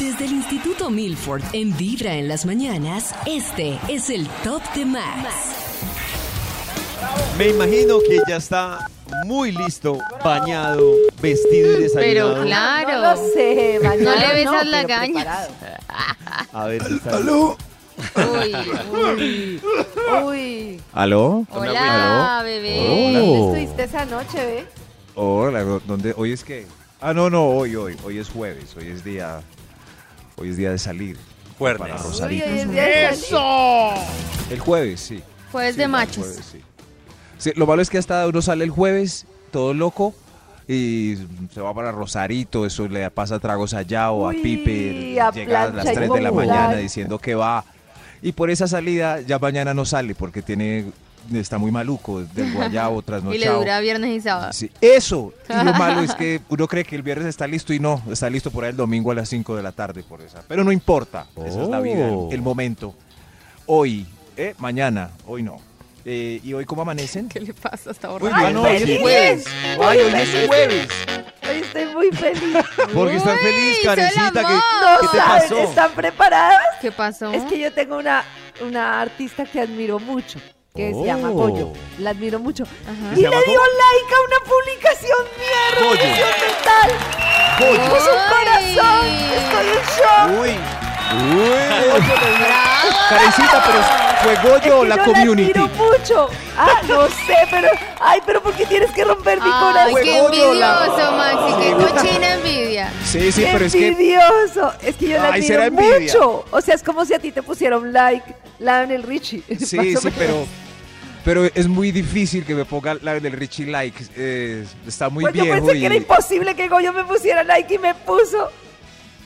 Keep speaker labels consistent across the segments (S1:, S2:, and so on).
S1: Desde el Instituto Milford, en Vibra en las mañanas, este es el Top de Max.
S2: Me imagino que ya está muy listo, bañado, vestido y desayunado.
S3: Pero claro.
S4: No lo sé,
S3: No
S4: bañado
S3: le
S4: no,
S3: besas la
S4: pero
S3: caña.
S2: A ver si está
S5: ¡Aló!
S3: Uy, uy.
S4: preparado. Uy,
S6: ¿Aló?
S3: Hola, bebé.
S4: ¿dónde
S6: Oh.
S4: estuviste esa noche, ve?
S6: Hola, ¿dó- ¿dónde? ¿Hoy es qué? Ah, no, no, hoy, hoy. Hoy es jueves, hoy es día... Hoy es día de salir. Para
S4: Uy,
S6: Rosarito.
S4: hoy es día de salir.
S6: El jueves, sí.
S3: Jueves
S6: Sí,
S3: de
S6: el
S3: machos.
S6: jueves, sí. Sí, lo malo es que hasta uno sale el jueves todo loco y se va para Rosarito, eso le pasa tragos allá o
S4: Uy,
S6: a Pipe,
S4: a
S6: llega a las
S4: plancha y
S6: 3 de la
S4: popular.
S6: mañana diciendo que va. Y por esa salida ya mañana no sale porque tiene está muy maluco, del guayabo, trasnochado.
S3: Y le dura viernes y
S4: Ah.
S3: sábado.
S6: Sí, eso. Y lo malo es que uno cree que el viernes está listo y no, está listo por ahí el domingo a las 5 de la tarde por esa. Pero no importa, esa es la vida, el, el momento. Hoy, eh, mañana, hoy no. Eh, ¿Y hoy cómo amanecen?
S3: ¿Qué le pasa hasta
S6: Uy,
S3: ahora?
S6: ah, no, hoy es jueves. Ay, hoy es jueves.
S4: Hoy estoy muy feliz.
S6: Porque estás feliz,
S3: hizo el
S6: Karencita. ¿Qué,
S3: amor.
S4: No
S6: qué te
S4: saben,
S6: pasó?
S4: ¿están preparadas?
S3: ¿Qué pasó?
S4: Es que yo tengo una, una artista que admiro mucho, que se
S6: Oh.
S4: llama Goyo. La admiro mucho.
S3: Ajá.
S4: Y
S2: ¿Se
S4: le dio
S2: llama cómo?
S4: like a una publicación mía de
S6: Goyo.
S4: revisión mental. Es un
S3: Ay.
S4: corazón. Estoy en shock.
S6: Uy. Uy. Karencita, pero ¿fue
S4: Es
S6: Goyo o
S4: que
S6: la
S4: yo
S6: community?
S4: La admiro mucho. Ah, no sé, pero. Ay, pero ¿por qué tienes que romper mi
S3: Ay,
S4: corazón?
S3: qué
S6: Huevodo, la-
S3: envidioso, Maxi. Qué cochina envidia.
S6: Sí, sí, pero es que
S4: envidioso. Es que yo la
S6: Ay, será
S4: admiro
S6: envidia.
S4: mucho. O sea, es como si a ti te pusieron like Lionel Richie. Más
S6: Sí,
S4: o
S6: sí,
S4: menos.
S6: pero, pero es muy difícil que me ponga la del Richie Like. eh, está muy
S4: Pues yo
S6: viejo.
S4: pensé
S6: y
S4: que era imposible que Goyo me pusiera like y me puso.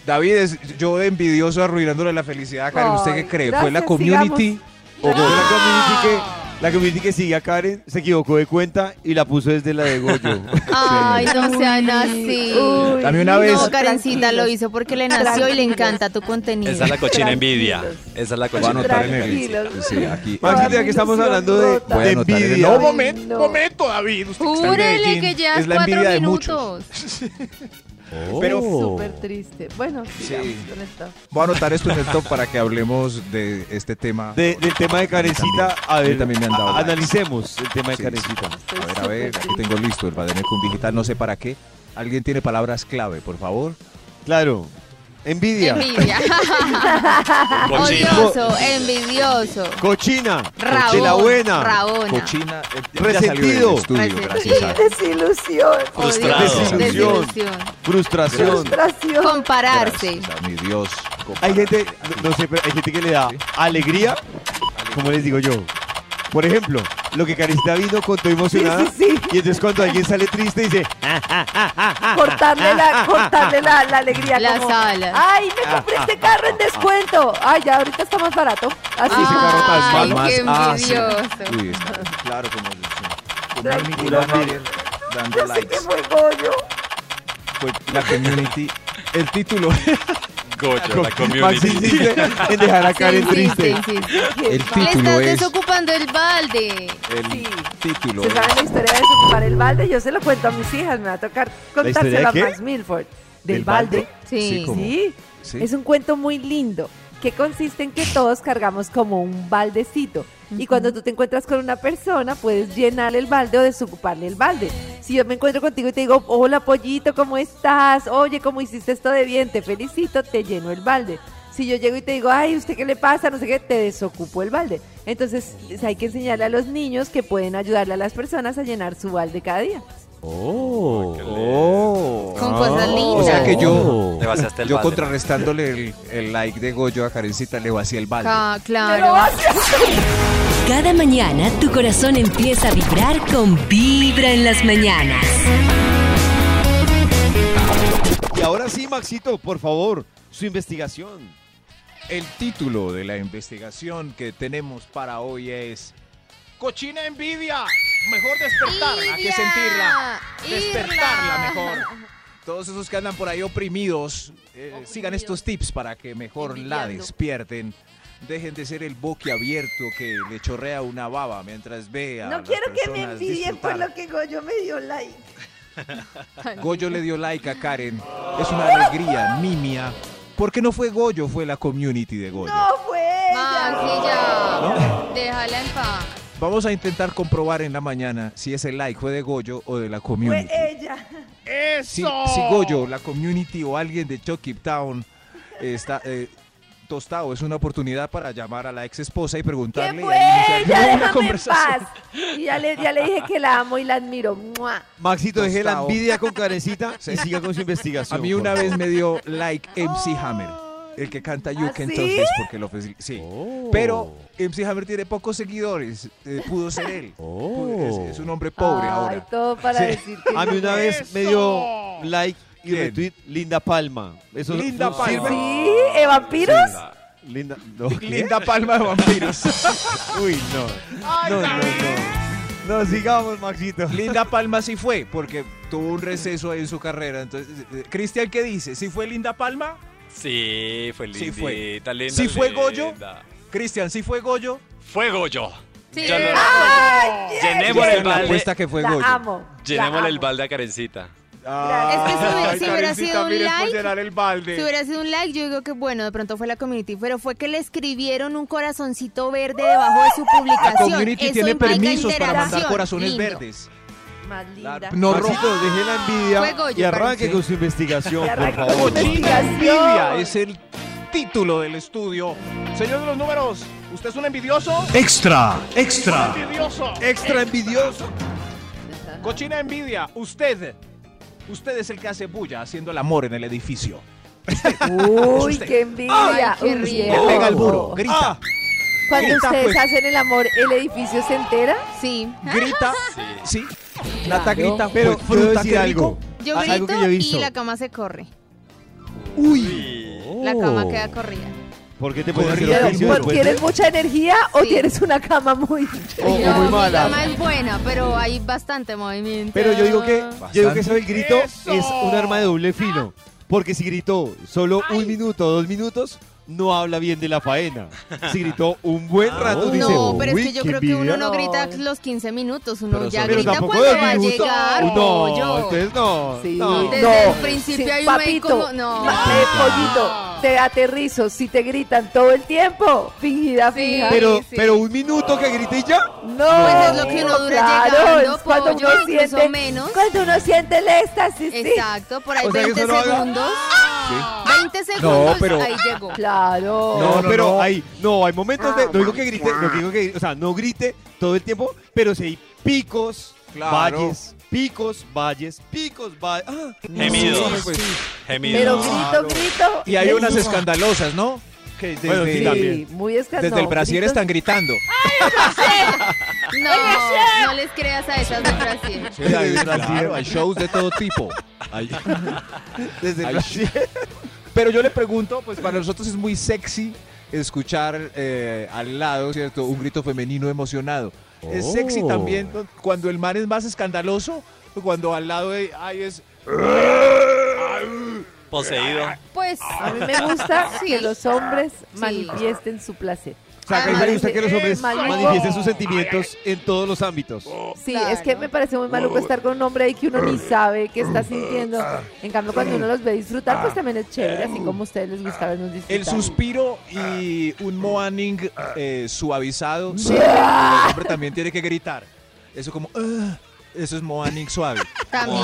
S6: David, es, yo de envidioso arruinándole la felicidad a Karen. ¿Usted
S4: Ay,
S6: qué cree? ¿Fue la
S4: gracias, Ah.
S6: community?
S2: O Goyo, la community que la community que sigue a Karen se equivocó de cuenta y la puso desde la de Goyo.
S3: Ay, no sean así.
S4: Uy,
S6: Dame una vez.
S3: No, Karencita lo hizo porque le nació y le encanta tu contenido.
S7: Esa es la cochina
S4: Tranquilos.
S7: envidia. Esa es la
S6: Voy a
S7: cochina
S6: anotar en
S7: envidia.
S6: el.
S4: Tranquilos.
S6: Sí, aquí.
S2: Maxi,
S6: aquí-
S2: ya que estamos hablando
S4: Voy
S2: de,
S4: a
S2: de
S6: anotar en el-
S2: envidia.
S6: No,
S4: Ay, no.
S2: David. usted que está en
S3: Júrele
S2: Medellín.
S3: que llevas
S6: es la
S3: cuatro
S6: envidia de
S3: minutos.
S6: Pero
S4: Es súper triste. Bueno, sigamos con esto.
S6: voy a anotar esto en el top para que hablemos de este tema.
S2: De- del tema de Karencita, a
S6: a mí
S2: ver,
S6: también me han dado
S2: a-
S6: like.
S2: analicemos el tema de
S6: Sí,
S2: Karencita.
S6: sí. A ver, a ver, aquí tengo listo el Bademecum Digital, no sé para qué. ¿Alguien tiene palabras clave, por favor?
S2: Claro, envidia,
S3: Envidia.
S7: Cochina.
S3: Odioso, envidioso.
S2: cochina,
S3: Rabón,
S2: de la buena,
S3: Rabona.
S6: Cochina, eh, ya
S2: Resentido.
S6: salió del estudio,
S3: Resentido.
S6: gracias a
S4: Desilusión.
S7: Frustrado.
S3: Odioso,
S2: Desilusión. frustración.
S4: Frustración.
S3: Compararse.
S6: gracias a mi Dios.
S2: Hay gente, no no sé, pero hay gente que le da alegría, como les digo yo. Por ejemplo, lo que Karencita vino contó
S4: Sí,
S2: emocionada.
S4: sí, sí.
S2: Y entonces cuando alguien sale triste dice, "Ah, ah, ah, ah, ah".
S4: cortarle la, cortarle la, la alegría.
S3: La
S4: como,
S3: sala.
S4: Ay, me compré este carro en descuento. Ay, ya ahorita está más barato. Así.
S6: Ah.
S3: Ay,
S6: Palmas,
S3: Ay, qué
S6: ah, sí.
S3: envidioso.
S6: Uy, está claro como como
S4: Tranquila,
S6: Nicki Minaj dando
S4: yo sé
S6: likes.
S4: que fue Goyo.
S6: Fue la community. El título,
S7: Goyo, la
S2: Maxi
S7: community.
S2: insiste en dejar a
S3: Sí,
S2: Karen
S3: sí,
S2: triste.
S3: sí, sí. Le
S6: el título
S3: estás
S6: es
S3: desocupando el balde.
S6: el
S4: Sí.
S6: título.
S4: Se
S6: es-
S4: sabe la historia de desocupar el balde. Yo se lo cuento a mis hijas. Me va a tocar
S2: historia
S4: contárselo a
S2: de qué?
S4: Max Milford. Del,
S6: ¿Del balde?
S4: balde.
S3: Sí.
S6: ¿cómo?
S4: Sí.
S6: ¿sí?
S4: Es un cuento muy lindo que consiste en que todos cargamos como un baldecito. Y cuando tú te encuentras con una persona, puedes llenar el balde o desocuparle el balde. Si yo me encuentro contigo y te digo, hola pollito, ¿cómo estás? Oye, ¿cómo hiciste esto de bien? Te felicito, te lleno el balde. Si yo llego y te digo, ay, ¿usted qué le pasa? No sé qué, te desocupo el balde. Entonces hay que enseñarle a los niños que pueden ayudarle a las personas a llenar su balde cada día.
S6: Oh.
S3: Con cosas
S6: O sea
S3: lindas.
S6: que yo,
S7: Te vaciaste el
S6: yo
S7: balde.
S6: contrarrestándole el, el like de Goyo a Karencita, le vacié el balde.
S3: Ca-
S4: Pero
S3: claro.
S4: hacia
S1: Cada mañana tu corazón empieza a vibrar con Vibra en las mañanas.
S2: Y ahora sí, Maxito, por favor, su investigación.
S6: El título de la investigación que tenemos para hoy es Cochina envidia. Mejor despertarla que
S3: Irla,
S6: sentirla.
S3: irla.
S6: Despertarla mejor. Todos esos que andan por ahí oprimidos, eh, sigan estos tips para que mejor la
S1: Envidiando.
S6: despierten. Dejen de ser el boquiabierto que le chorrea una baba mientras vea.
S8: No quiero que me envidien por lo que Goyo me dio like.
S6: Goyo le dio like a Karen. Es una alegría nimia. Porque no fue Goyo, fue la community de Goyo.
S8: No pues. fue ella.
S3: Maxi, ya. Déjala en paz.
S6: Vamos a intentar comprobar en la mañana si ese like fue de Goyo o de la
S8: Fue
S6: community.
S8: ella.
S6: Si, si Goyo, la community o alguien de Chucky Town está eh, tostado, es una oportunidad para llamar a la ex esposa y
S8: ¿Qué
S6: preguntarle. y
S8: fue
S6: ahí iniciar
S8: ella?
S6: una
S8: Déjame en
S6: conversación.
S8: paz. Y ya le, ya le dije que la amo y la admiro. ¡Mua!
S2: Maxito, deje la
S6: Tostao.
S2: envidia con carecita y siga con su investigación.
S6: A mí
S2: por
S6: una
S2: favor.
S6: vez me dio like MC Hammer, el que canta You
S8: ¿Ah,
S6: Can
S8: sí?
S6: Touch This porque lo ofrecí. Sí.
S2: Oh.
S6: Pero MC Hammer tiene pocos seguidores, eh, pudo ser él.
S2: Oh.
S6: Es, es un hombre pobre
S8: Ay,
S6: ahora.
S8: todo para
S2: Sí.
S8: decir que
S2: A mí una vez me dio like y
S6: ¿Quién?
S2: retweet Linda Palma. Eso
S6: Linda
S2: no
S6: Palma.
S2: sirve.
S8: ¿Sí? ¿Eh, vampiros?
S2: Linda, no, ¿qué?
S6: Linda palma de vampiros.
S2: Uy, no. No, no, no. No, sigamos, Maxito.
S6: Linda Palma sí fue, porque tuvo un receso en su carrera. Entonces, eh, Cristian, ¿qué dice? ¿Sí fue Linda Palma?
S7: Sí, fue
S6: Sí
S7: lindita,
S6: fue.
S7: linda,
S6: ¿Sí fue Goyo?
S7: linda.
S6: Cristian, ¿sí fue Goyo?
S7: Fue Goyo.
S3: Sí.
S7: Ya lo- Llenémosle el
S6: Cristian, la
S7: balde.
S6: apuesta que fue
S8: La
S6: Goyo.
S8: amo. la
S7: Llenémosle el
S8: amo.
S7: balde a Karencita.
S6: Ah,
S3: Es que si hubiera- si hubiera
S6: Karencita,
S3: sido un
S6: mira, es por
S3: like,
S6: llenar el balde.
S3: Si hubiera sido un like, yo digo que bueno, de pronto fue la community, pero fue que le escribieron un corazoncito verde debajo de su
S6: La
S3: publicación.
S6: community
S3: Eso
S6: tiene
S3: implica
S6: permisos para mandar
S3: interacción.
S6: corazones
S3: Lindo.
S6: verdes.
S8: Más linda.
S6: La- no rojo.
S2: Maxito, deje la envidia
S3: Fue Goyo,
S2: y arranque
S3: parece.
S2: con su investigación,
S8: Y
S2: por
S8: arranque con
S2: favor.
S8: su
S6: Cochina
S8: Investigación.
S6: envidia es el título del estudio. Señor de los números, ¿usted es un envidioso?
S5: Extra, extra.
S6: Envidioso. Extra envidioso. Cochina envidia. Usted. Usted es el que hace bulla haciendo el amor en el edificio.
S8: Uy,
S6: usted.
S8: qué envidia.
S3: Ay, qué
S8: Uy,
S3: rico.
S6: Le
S8: no.
S6: pega el muro. Grita.
S8: Cuando
S6: Grita,
S8: ustedes
S6: pues.
S8: hacen el amor, ¿el edificio se entera?
S3: Sí.
S6: Grita. Sí. Nata grita.
S2: Pero
S6: "Fue
S2: quiero
S6: fruta,
S2: decir
S6: qué rico".
S2: algo.
S3: Yo
S2: Ah, algo
S3: grito
S2: que yo he
S3: y
S2: visto.
S3: la cama se corre.
S7: Uy.
S3: La cama
S2: Oh.
S3: queda corrida.
S2: ¿Por qué te pones
S6: Corrida
S2: el
S8: Pero,
S2: oficio
S8: ¿por-
S2: después?
S8: ¿Tienes mucha energía o
S3: Sí.
S8: tienes una cama muy...
S2: O- o Oh,
S3: No,
S2: muy
S3: mi cama
S2: mala.
S3: es buena, pero hay bastante movimiento.
S2: Pero yo digo que, yo digo que eso del grito
S6: Bastante.
S2: es un arma de doble filo. Porque si gritó solo un minuto o dos minutos, no habla bien de la faena. Si gritó un buen rato, dice.
S3: No, pero
S2: "Uy,
S3: es que yo
S2: qué
S3: creo que uno
S2: envidia".
S3: no grita
S8: No.
S3: los 15 minutos, uno
S6: Pero
S3: ya
S6: son-
S2: Pero
S3: grita
S2: tampoco
S3: cuando
S2: dos
S3: va a
S2: minutos.
S3: llegar.
S2: no,
S3: yo.
S2: entonces no.
S8: Sí,
S2: no.
S3: Desde el principio hay un
S8: papito,
S3: médico como- no.
S8: ma- eh, pollito, te aterrizo, si te gritan todo el tiempo, fingida
S3: Sí.
S8: fija.
S2: Pero,
S3: sí.
S2: pero un minuto que grite y ya.
S8: No,
S3: Pues es lo que uno dura llegando,
S8: es cuando
S3: pollo,
S8: uno
S3: incluso
S8: siente,
S3: menos.
S8: cuando uno siente el éxtasis, sí.
S3: Exacto, por ahí
S2: O sea que
S3: 20
S2: eso no haga-
S3: segundos. 20 segundos, ahí llegó.
S8: Claro.
S2: No,
S6: no,
S2: pero
S6: no. Ah,
S2: hay, no, hay momentos de, no digo que grite, no digo que, o sea, no grite todo el tiempo, pero si hay picos,
S6: Claro.
S2: valles, picos, valles, picos, valles. Ah,
S7: Gemidos.
S6: Sí, pues.
S7: Gemidos.
S8: Pero
S6: Claro.
S8: grito, grito.
S6: Y hay unas
S8: Sí,
S6: escandalosas, ¿no? Que desde,
S2: Bueno, sí,
S8: Sí,
S2: también.
S8: muy escandaloso.
S6: desde el brasier están gritando.
S3: No, no les creas a esas de Brasil.
S6: Sí,
S2: Desde
S6: hay,
S2: el
S6: claro,
S2: brasier.
S6: hay shows de todo tipo. Hay-
S2: desde
S6: Ay,
S2: la-
S6: Pero yo le pregunto, pues para nosotros es muy sexy escuchar eh, al lado, ¿cierto? Un grito femenino emocionado. Es sexy
S2: Oh.
S6: también ¿no? cuando el mar es más escandaloso, cuando al lado de ay es
S7: Poseído.
S3: Pues,
S8: A mí me gusta
S3: Sí.
S8: que los hombres manifiesten su placer.
S2: O sea, que a mí me gusta que los hombres
S8: Maluco.
S2: manifiesten sus sentimientos en todos los ámbitos.
S8: Sí,
S3: Claro.
S8: es que me parece muy maluco estar con un hombre ahí que uno ni sabe qué está sintiendo. En cambio, cuando uno los ve disfrutar, pues también es chévere, así como a ustedes les gusta vernos disfrutar.
S6: el suspiro y un moaning eh, suavizado. Sí, el hombre también tiene que gritar. Eso como "Ah", eso es moaning suave.
S3: también.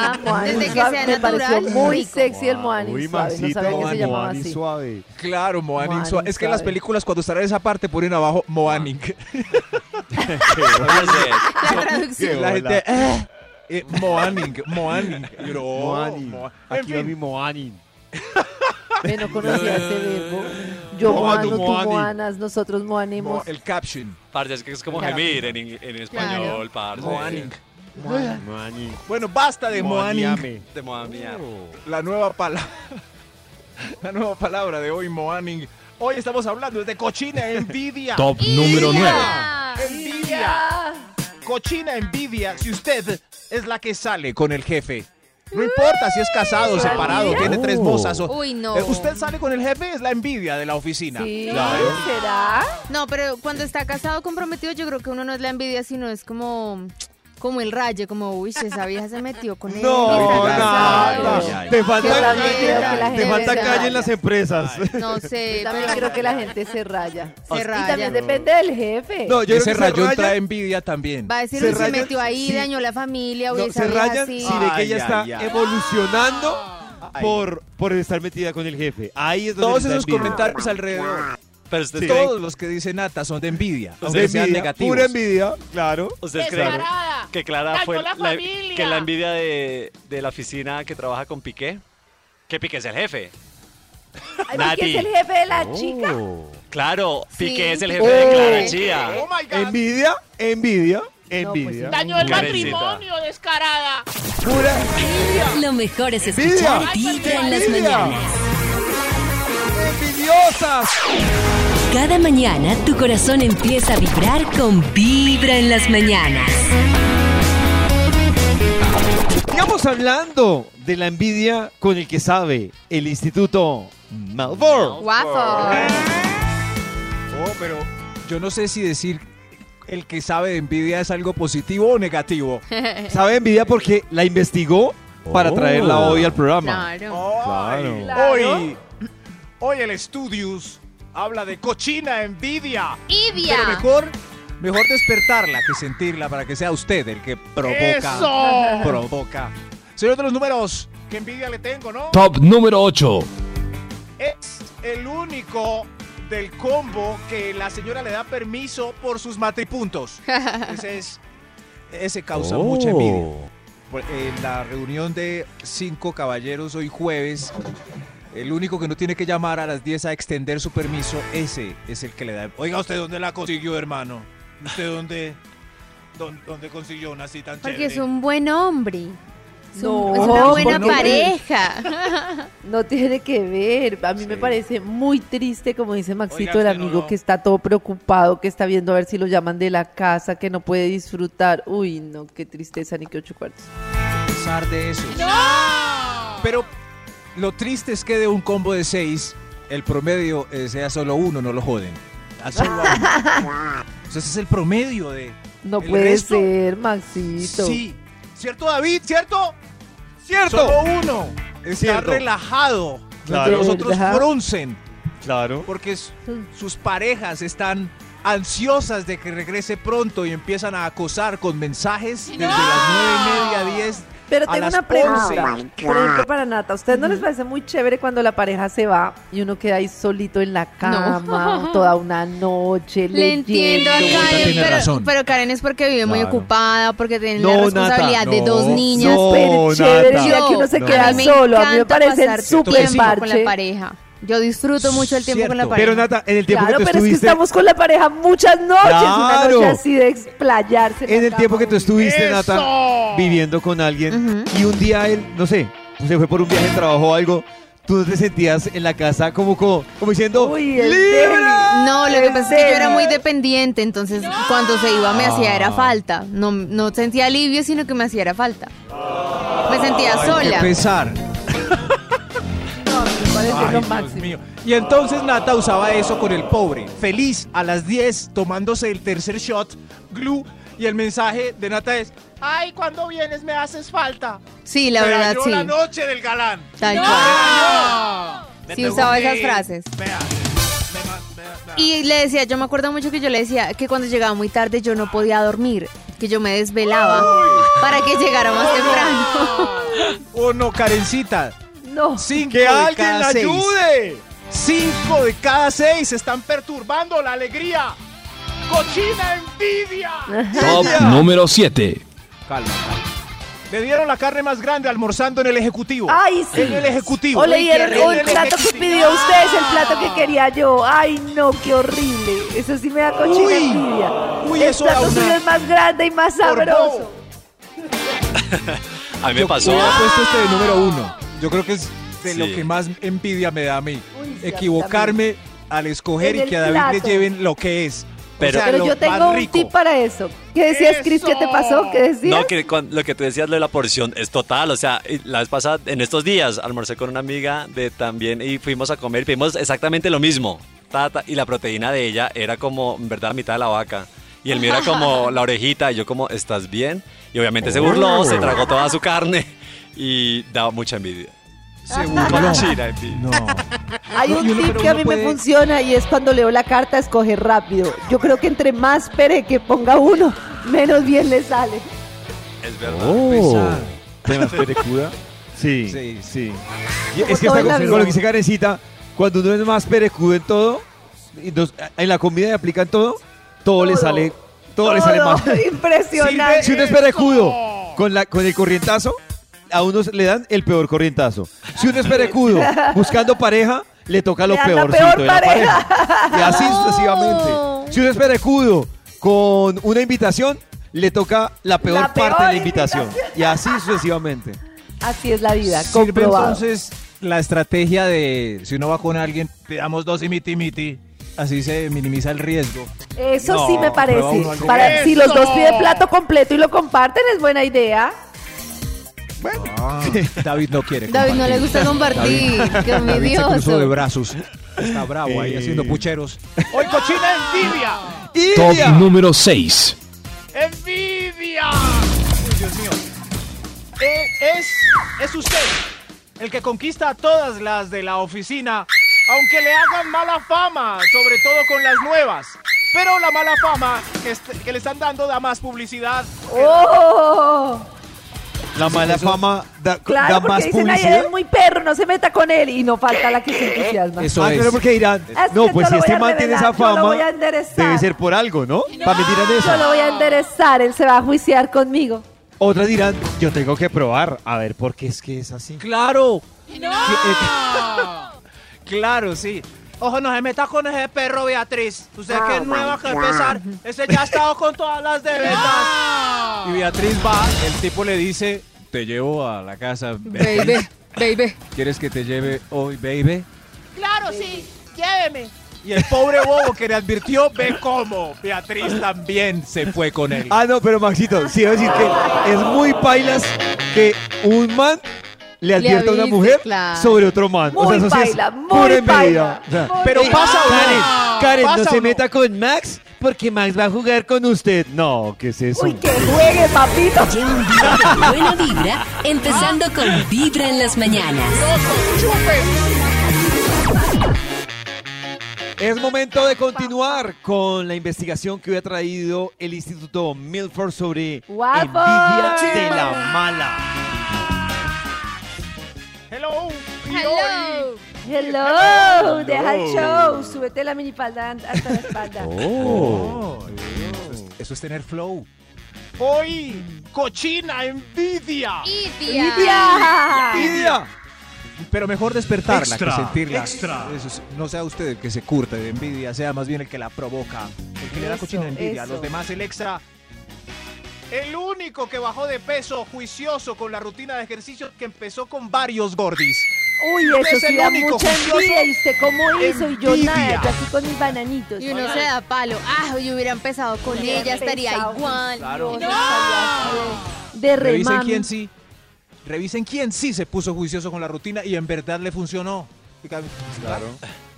S8: Ah, Moanin
S3: Desde que
S8: suave,
S3: sea
S8: me pareció
S3: natural.
S8: muy
S3: rico.
S8: sexy el Moanin
S2: Uy,
S8: suave. No
S2: Maxito,
S8: sabía que se
S2: Moanin
S8: llamaba así.
S2: suave.
S6: Claro, moaning,
S8: Moaning
S6: suave. Es que en las
S8: suave.
S6: películas cuando estará en esa parte ponen abajo moaning.
S2: Ah,
S3: La traducción.
S6: La
S2: Hola.
S6: gente "Ah", eh, moaning, moaning. Y uno, "Oh,
S2: Moanin.
S6: moa-". En
S2: Aquí va
S6: fin.
S2: mi Moanin.
S8: Ve, no conocía ese verbo. Yo
S2: Moano,
S8: moano, tú
S2: Moani.
S8: moanas, nosotros moanemos.
S6: El caption.
S7: Parce, es que es como
S8: Claro.
S7: gemir en, ing- en español, parce.
S6: Moaning.
S2: Moanin.
S6: Bueno, basta de moaning.
S2: Moaniame. Oh.
S7: Te moda mía.
S6: La nueva palabra. La nueva palabra de hoy, moaning. Hoy estamos hablando de cochina envidia.
S9: Top número 9.
S6: envidia. Cochina envidia si usted es la que sale con el jefe. No importa si es casado, separado, tiene tres mozas. o-
S3: Uy, no.
S6: Eh, Usted sale con el jefe, es la envidia de la oficina.
S8: Sí,
S6: La-
S8: ¿será?
S3: No, pero cuando está casado comprometido, yo creo que uno no es la envidia, sino es como, como el rayo, como, uy, esa vieja se metió con él.
S2: No,
S3: está casado".
S2: nada. Te
S8: Yo
S2: falta,
S8: también creo que
S2: te
S8: la gente
S2: falta
S8: se
S2: calle en
S8: raya.
S2: las empresas.
S3: No sé.
S8: También
S3: pero-
S8: creo que la gente se raya.
S3: Se
S8: Y también
S3: raya.
S8: depende del jefe.
S2: No, yo creo que
S6: Ese
S2: se
S6: rayón
S2: raya-
S6: trae envidia también.
S3: Va a decir,
S2: Se
S3: uy, se
S2: rayan,
S3: metió ahí,
S2: sí.
S3: dañó la familia, uy,
S2: no,
S3: esa
S2: se
S3: vieja
S2: rayan
S3: así.
S2: si ve que ella
S6: Ay,
S2: está
S6: ay, ay.
S2: evolucionando por, por estar metida con el jefe. Ahí es donde
S6: Todos
S2: está
S6: esos
S2: envidia.
S6: comentarios alrededor,
S7: Pero usted-
S2: Sí.
S6: todos los que dicen Nata son de envidia,
S2: De
S6: aunque sean
S2: envidia,
S6: negativos.
S2: pura envidia, claro.
S7: ¿Ustedes creen que Clara fue la, que la envidia de, de la oficina que trabaja con Piqué? Que Piqué es el jefe.
S8: Ay, ¿quién
S7: Nati.
S8: es el jefe de la chica?
S7: Claro,
S3: Sí.
S7: Piqué es el jefe de Clara
S2: Oh.
S7: Chía.
S2: Envidia, envidia, envidia.
S4: Daño el
S7: Karencita.
S4: matrimonio, descarada.
S2: Pura
S1: Lo mejor es
S2: Envidia.
S1: escuchar Vibra en las
S2: Envidia.
S1: mañanas.
S2: envidiosas.
S1: Cada mañana tu corazón empieza a vibrar con Vibra en las mañanas.
S2: Sigamos hablando de la envidia con el que sabe el Instituto Malvor.
S3: Guapo.
S6: Oh, pero yo no sé si decir el que sabe de envidia es algo positivo o negativo.
S2: Sabe envidia porque la investigó para
S9: Oh.
S2: traerla hoy al programa.
S3: Claro.
S2: Claro.
S8: Claro.
S6: Hoy, hoy el Studios habla de cochina envidia. Pero
S4: Idia.
S6: mejor, mejor despertarla que sentirla para que sea usted el que provoca.
S4: Eso.
S6: Provoca. Señor de los números, qué envidia le tengo, ¿no?
S9: Top número 8.
S6: Es el único del combo que la señora le da permiso por sus matripuntos. Ese es. Ese causa mucha envidia. Por- En la reunión de cinco caballeros hoy jueves, el único que no tiene que llamar a las 10 a extender su permiso, ese es el que le da. Oiga, ¿usted dónde la consiguió, hermano? ¿Usted dónde, dónde, dónde consiguió una así tan
S3: Porque
S6: chévere?"
S3: es un buen hombre. Es, un-
S8: No, pues.
S3: es una buena
S8: porque-
S3: pareja.
S8: No tiene que ver. A mí me parece muy triste, como dice Maxito,
S6: Oiga,
S8: el
S6: usted no
S8: amigo
S6: lo-
S8: que está todo preocupado, que está viendo a ver si lo llaman de la casa, que no puede disfrutar. Uy, no, qué tristeza, ni que ocho cuartos.
S6: A pesar de eso. Pero lo triste es que de un combo de seis, el promedio eh, sea solo uno, no lo joden. A solo a uno. Entonces ese es el promedio de.
S8: No
S6: ¿El
S8: puede
S6: resto?
S8: ser, Maxito.
S6: Sí. ¿Cierto, David? ¿Cierto? Solo
S2: ¿Cierto?
S6: uno está
S2: Cierto.
S6: relajado.
S2: Claro.
S6: Los otros
S8: ¿Verdad?
S6: fruncen
S2: Claro.
S6: porque s- sus parejas están ansiosas de que regrese pronto y empiezan a acosar con mensajes desde las nueve y media a diez.
S8: Pero
S6: a
S8: tengo
S6: las
S8: una pregunta.
S6: 11.
S8: Por ejemplo, para Nata, ¿a ustedes no les parece muy chévere cuando la pareja se va y uno queda ahí solito en la cama toda una noche
S3: Le entiendo a
S8: leyendo?
S6: Nata
S3: Karen,
S6: tiene
S3: pero,
S6: razón.
S3: pero Karen es porque vive muy
S2: Claro.
S3: ocupada, porque tiene la
S2: No,
S3: responsabilidad
S2: Nata,
S3: de dos
S6: no,
S3: niñas.
S2: No,
S8: Súper chévere,
S2: Nata.
S8: mira que uno se
S2: No.
S8: queda
S3: a mí me
S8: solo. A mí me
S3: encanta
S8: parece
S3: pasar
S8: súper
S3: tiempo con la
S8: parche.
S3: pareja. Yo disfruto mucho el tiempo con la
S6: Cierto.
S3: pareja.
S2: Pero Nata, en el tiempo
S8: Claro,
S2: que tú
S8: pero es que
S2: estuviste,
S8: estamos con la pareja muchas noches, una
S2: Claro.
S8: noche así de explayarse. en
S2: en
S8: la
S2: el tiempo
S8: cama,
S2: que tú
S8: uy.
S2: estuviste, Nata, viviendo con alguien y un día él, no sé, se fue por un viaje, trabajó algo, tú no te sentías en la casa como como, como diciendo
S8: Uy, eh". el
S2: "¡Libre!".
S8: Deli.
S3: No, lo que
S8: ¿En
S3: pasa es que yo era
S8: serio?
S3: muy dependiente, entonces cuando se iba me hacía
S6: Ah.
S3: era falta. No, no sentía alivio, sino que me hacía era falta. Me sentía sola.
S6: pesar.
S8: No, me parece
S6: Ay,
S8: lo
S6: Dios
S8: máximo.
S6: mío. Y entonces Nata usaba eso con el pobre. Feliz a las 10 tomándose el tercer shot, glue, y el mensaje de Nata es, ay, cuando vienes me haces falta.
S3: Sí, la
S6: Me
S3: verdad,
S6: dañó
S3: sí.
S6: la noche del galán.
S3: Tal
S6: Me
S3: cual.
S6: dañó.
S3: Sí,
S6: Me tengo
S3: usaba
S6: que
S3: esas
S6: ir.
S3: frases.
S6: Me da- me ma- me da- me da-
S3: Y le decía, yo me acuerdo mucho que yo le decía que cuando llegaba muy tarde yo no podía dormir, que yo me desvelaba para que llegara más temprano.
S6: Oh no, Karencita.
S8: No.
S6: Cinco
S2: ¡Que
S6: de
S2: alguien
S6: cada
S2: la
S6: seis.
S2: ayude!
S6: Cinco de cada seis están perturbando la alegría. ¡Cochina envidia!
S9: Top número 7.
S6: Calma, calma. Le dieron la carne más grande almorzando en el Ejecutivo.
S8: Ay, sí.
S6: En el Ejecutivo.
S8: O le dieron
S6: En el
S8: un plato que
S6: Ejecutivo.
S8: pidió ustedes, el plato que quería yo. Ay, no, qué horrible. Eso sí me da cochina
S6: Uy.
S8: envidia.
S6: Uy,
S8: el
S6: eso da
S8: plato
S6: una-
S8: suyo es más grande y más
S6: Por
S8: sabroso.
S6: bobo.
S7: A mí me pasó.
S6: Yo hubiera puesto este de
S8: Ah.
S6: número uno. Yo creo que es de
S7: Sí.
S6: lo que más envidia me da a mí.
S8: Uy, sí, a mí
S6: Equivocarme al escoger
S8: En
S6: y que a
S8: el
S6: David
S8: plato.
S6: le lleven lo que es.
S7: Pero-
S6: o sea,
S8: Pero
S6: lo
S8: yo tengo
S6: más
S8: un
S6: rico.
S8: tip para eso. ¿Qué decías, Cris? ¿Qué te pasó? ¿Qué decías?
S7: No, que cuan- lo que tú decías de la porción es total. O sea, y la vez pasada, en estos días, almorcé con una amiga de también y fuimos a comer y pedimos exactamente lo mismo. Ta, ta, y la proteína de ella era como, en verdad, la mitad de la vaca. Y el mío era como la orejita. Y yo, como, ¿estás bien? Y obviamente se burló, se tragó toda su carne y daba mucha envidia.
S6: Se burló.
S7: Cochina envidia.
S6: No.
S8: Hay un
S6: Y uno-
S8: tip
S6: pero
S8: que a
S6: uno
S8: mí me
S6: puede-
S8: funciona y es cuando leo la carta, escoger rápido. Yo creo que entre más pere que ponga uno, menos bien le sale.
S7: Es verdad.
S2: Oh.
S6: ¿Te las perecuda?
S2: Sí, sí.
S6: Sí, sí.
S2: Y es que
S8: todo
S2: está
S8: en la
S2: con,
S8: vida.
S2: con lo que dice Karencita, cuando uno es más perecudo en todo, y nos- en la comida le aplican todo, todo, le
S8: Todo.
S2: sale, todo, le sale mal.
S8: Oh, Impresionante.
S2: Si uno es perecudo con, la, con el corrientazo, a unos le dan el peor corrientazo. Si uno es perecudo buscando pareja, le toca lo
S8: Le dan la
S2: peorcito
S8: peor
S2: de la
S8: pareja.
S2: pareja. Y así
S3: No.
S2: sucesivamente. Si uno es perecudo con una invitación, le toca la peor
S8: La
S2: parte
S8: peor
S2: de la invitación. Y así sucesivamente.
S8: Así es la vida,
S6: Sirve
S8: comprobado.
S6: entonces la estrategia de si uno va con alguien, pidamos dos y miti miti. Así se minimiza el riesgo.
S8: Eso
S6: No,
S8: sí me
S6: prueba
S8: parece.
S6: uno algo
S8: Para,
S6: bueno.
S8: si los dos piden plato completo y lo comparten, es buena idea.
S6: David no quiere.
S3: David no le
S6: compartir.
S3: gusta compartir. Qué
S6: David se cruzó de
S3: envidioso.
S6: brazos. Está bravo ahí
S2: Eh.
S6: haciendo pucheros.
S4: Hoy cochina envidia.
S9: Top
S2: ¡India!
S9: número 6.
S4: ¡Envidia! Eh, es, es usted el que conquista a todas las de la oficina, aunque le hagan mala fama, sobre todo con las nuevas. Pero la mala fama que, est- que le están dando da más publicidad.
S8: ¡Oh!
S2: La mala fama da,
S8: Claro,
S2: da
S8: porque
S2: más
S8: dicen, ay,
S2: publicidad.
S8: es muy perro, no se meta con él. Y no falta la que se entusiasma.
S6: Eso
S2: ah,
S6: es.
S2: pero porque dirán,
S8: Es
S2: no,
S8: que
S2: pues
S8: yo
S2: si
S8: lo voy
S2: este
S8: a
S2: man tiene esa
S8: revelar, yo lo
S2: fama,
S8: voy a enderezar.
S2: debe ser por algo, ¿no? Para mentir en
S8: Yo lo
S2: eso.
S8: voy a enderezar, él se va a juiciar conmigo.
S2: Otras dirán, yo tengo que probar, a ver por qué es que es así.
S6: ¡Claro!
S4: eh, Claro, sí. Ojo, no se meta con ese perro, Beatriz. Usted que es nueva que empezar. Ese ya ha estado con todas las de verdad.
S6: Y Beatriz va, el tipo le dice, te llevo a la casa, Beatriz.
S3: Baby, baby.
S6: ¿Quieres que te lleve hoy, baby?
S4: Claro, sí. Lléveme. Y el pobre bobo que le advirtió, ve cómo. Beatriz también se
S6: Se fue con él.
S2: Ah, no, pero Maxito, sí, voy a decir que es muy pailas que un man le advierta a una
S3: avise,
S2: mujer
S3: claro.
S2: sobre otro man.
S8: Muy
S2: o sea, eso sí es
S8: paila, muy
S2: pura envidia.
S8: paila,
S2: O sea,
S8: muy
S2: pero
S8: paila.
S2: pasa,
S4: Ah,
S2: Karen, Karen,
S4: ¿pasa
S2: no
S4: o
S2: se
S4: no?
S2: meta con Max porque Max va a jugar con usted. No, ¿qué es eso?
S8: Uy, que juegue, papito.
S1: Lleva un día de buena vibra, empezando con Vibra en las mañanas.
S2: Es momento de continuar con la investigación que había traído el Instituto Milford sobre
S8: Guapo.
S2: envidia de la mala.
S4: Hello. y hoy-
S8: Hello, deja el show, súbete la minifalda an- hasta la espalda.
S2: Oh.
S6: Eso es- Eso es tener flow.
S4: Hoy, cochina envidia.
S8: ¡Ya!
S2: Envidia.
S6: Pero mejor despertarla
S5: Extra,
S6: que sentirla.
S5: extra.
S6: Eso es- no sea usted el que se curte de envidia, sea más bien el que la provoca.
S4: El que le da
S8: Eso,
S4: cochina envidia. A
S8: eso.
S4: los demás, el extra. El único que bajó de peso, juicioso con la rutina de ejercicio que empezó con varios gordis.
S8: Uy, eso
S4: Es
S8: sí
S4: el
S8: da
S4: único
S8: mucha
S4: juicioso.
S8: envidia. ¿Y usted cómo hizo? Y yo nada,
S4: Envidia.
S8: yo aquí con mis bananitos.
S3: Y uno se da palo. Ah, yo hubiera empezado con
S8: Hubiera
S3: ella, estaría
S8: empezado.
S3: igual.
S8: No, no sabía así de- De
S6: Revisen
S8: remami.
S6: quién sí. Revisen quién sí se puso juicioso con la rutina y en verdad le funcionó. Claro.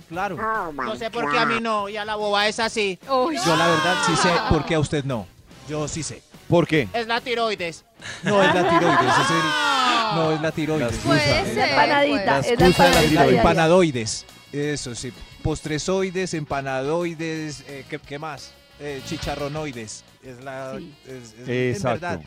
S6: Claro.
S4: No sé por qué a mí no y a la boba es así.
S3: Uy,
S6: Yo la verdad sí sé por qué a usted no. Yo sí sé.
S2: ¿Por qué?
S4: Es la tiroides.
S6: No es la tiroides, es el- No es la tiroides.
S3: puede
S6: es
S3: ser.
S6: la-
S8: Panadita,
S3: pues.
S8: es
S2: excusa de
S8: la
S2: la
S8: panadita.
S2: tiroides.
S8: ya, ya.
S6: Empanadoides. Eso sí. Postresoides, empanadoides, eh, ¿qué, qué más? Eh, chicharronoides. Es la.
S8: Sí.
S6: es- es- en
S2: Exacto.
S6: verdad.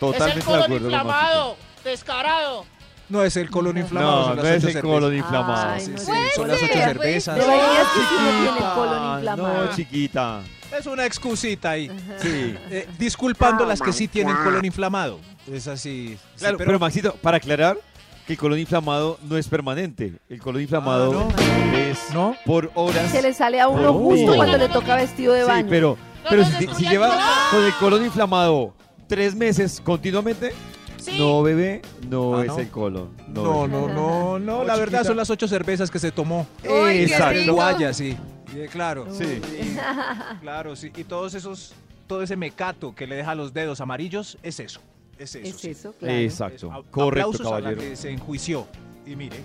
S2: Totalmente de acuerdo. con Maxito.
S4: descarado.
S6: No es el colon inflamado.
S2: No,
S6: son
S2: no
S6: las
S2: es
S6: ocho
S2: el
S6: cervezas.
S2: colon inflamado.
S8: Ay,
S6: Sí,
S8: no Pues,
S6: sí,
S8: sé.
S6: son las ocho
S3: ser,
S6: cervezas.
S8: De verdad que sí no tiene colon
S2: Ah,
S8: inflamado.
S2: No, chiquita.
S6: Es una excusita ahí.
S2: Sí.
S6: Eh, disculpando las que sí tienen colon inflamado. Es así. Sí,
S2: Claro, pero, Maxito, para aclarar que el colon inflamado no es permanente. El colon inflamado es
S6: ¿No?
S2: por horas.
S8: Ah, Se le sale a uno
S2: Oh.
S8: justo cuando le toca vestido de
S2: Sí,
S8: baño.
S2: pero, pero si, si lleva con el colon inflamado tres meses continuamente,
S4: sí.
S2: No, bebé, no
S6: Ah,
S2: es
S6: ¿no?
S2: el colon.
S6: No,
S2: bebé.
S6: no, no, no. La verdad son las ocho cervezas que se tomó.
S3: Ay, qué
S2: Exacto.
S3: rico.
S6: Guaya, sí. Y, eh, Claro.
S2: Sí.
S6: Sí, Claro, sí. Y todos esos, todo ese mecato que le deja los dedos amarillos, es eso. Es eso.
S8: Es
S6: sí.
S8: eso, claro.
S2: Exacto.
S6: Eso. A-
S2: Correcto,
S6: aplausos a la
S2: caballero.
S6: que se enjuició. Y mire.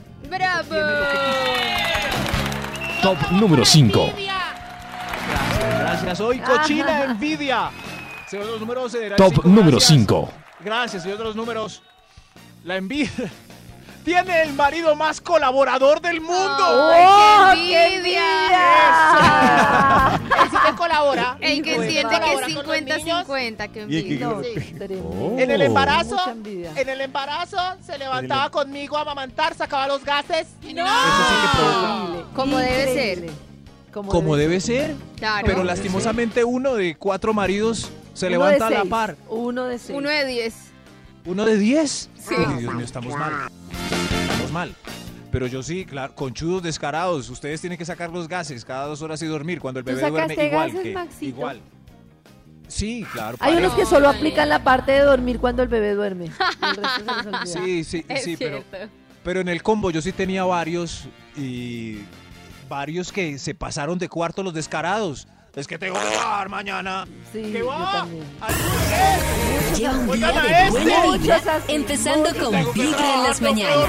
S3: ¡Bravo!
S9: Top número 5.
S6: Gracias, gracias. Hoy cochina envidia. Señor de los números. eh,
S9: Top
S6: cinco,
S9: número
S6: gracias.
S9: 5.
S6: Gracias, señor de los números. La envidia. Tiene el marido más colaborador del mundo.
S3: ¡Ay,
S8: ¡Oh,
S3: qué
S8: envidia!
S4: Él sí que colabora.
S3: El que
S8: Hijo de
S3: entiende que
S4: madre.
S3: es 50-50, que
S2: Y el que-
S3: envidia.
S8: No,
S2: Sí.
S8: tremendo.
S4: En el
S2: Oh.
S4: embarazo,
S8: Mucha envidia.
S4: en el embarazo se levantaba conmigo a amamantar, sacaba los gases y no.
S3: Como debe ser.
S8: Increíble. Como,
S6: Como
S8: debe
S6: debe ser.
S3: Claro.
S6: Pero lastimosamente uno de cuatro maridos se
S8: ser.
S6: levanta a
S8: Ah, Uno de
S6: la
S8: seis,
S6: par.
S8: Uno de seis.
S3: Uno de 10.
S6: Uno de diez.
S3: Sí.
S6: Ay, Dios mío, estamos mal. Estamos mal. Pero yo sí, claro, conchudos descarados. Ustedes tienen que sacar los gases cada dos horas y dormir cuando el
S8: ¿Tú
S6: bebé duerme
S8: sacaste
S6: igual
S8: gases,
S6: que
S8: Maxito?
S6: igual. Sí, claro.
S8: Hay
S6: parejo.
S8: unos que solo aplican la parte de dormir cuando el bebé duerme. El resto se les olvida.
S6: Sí, sí,
S3: Es
S6: sí, pero,
S3: cierto.
S6: pero en el combo yo sí tenía varios y varios que se pasaron de cuarto los descarados. Es que tengo que trabajar mañana.
S8: Sí,
S4: Que
S8: yo
S4: va.
S8: también.
S1: Lleva un día
S4: Oigan a
S1: de
S4: este.
S1: buena
S8: Muchos
S1: vibra,
S8: así,
S1: empezando
S8: muchos.
S1: con Vibra en las mañanas.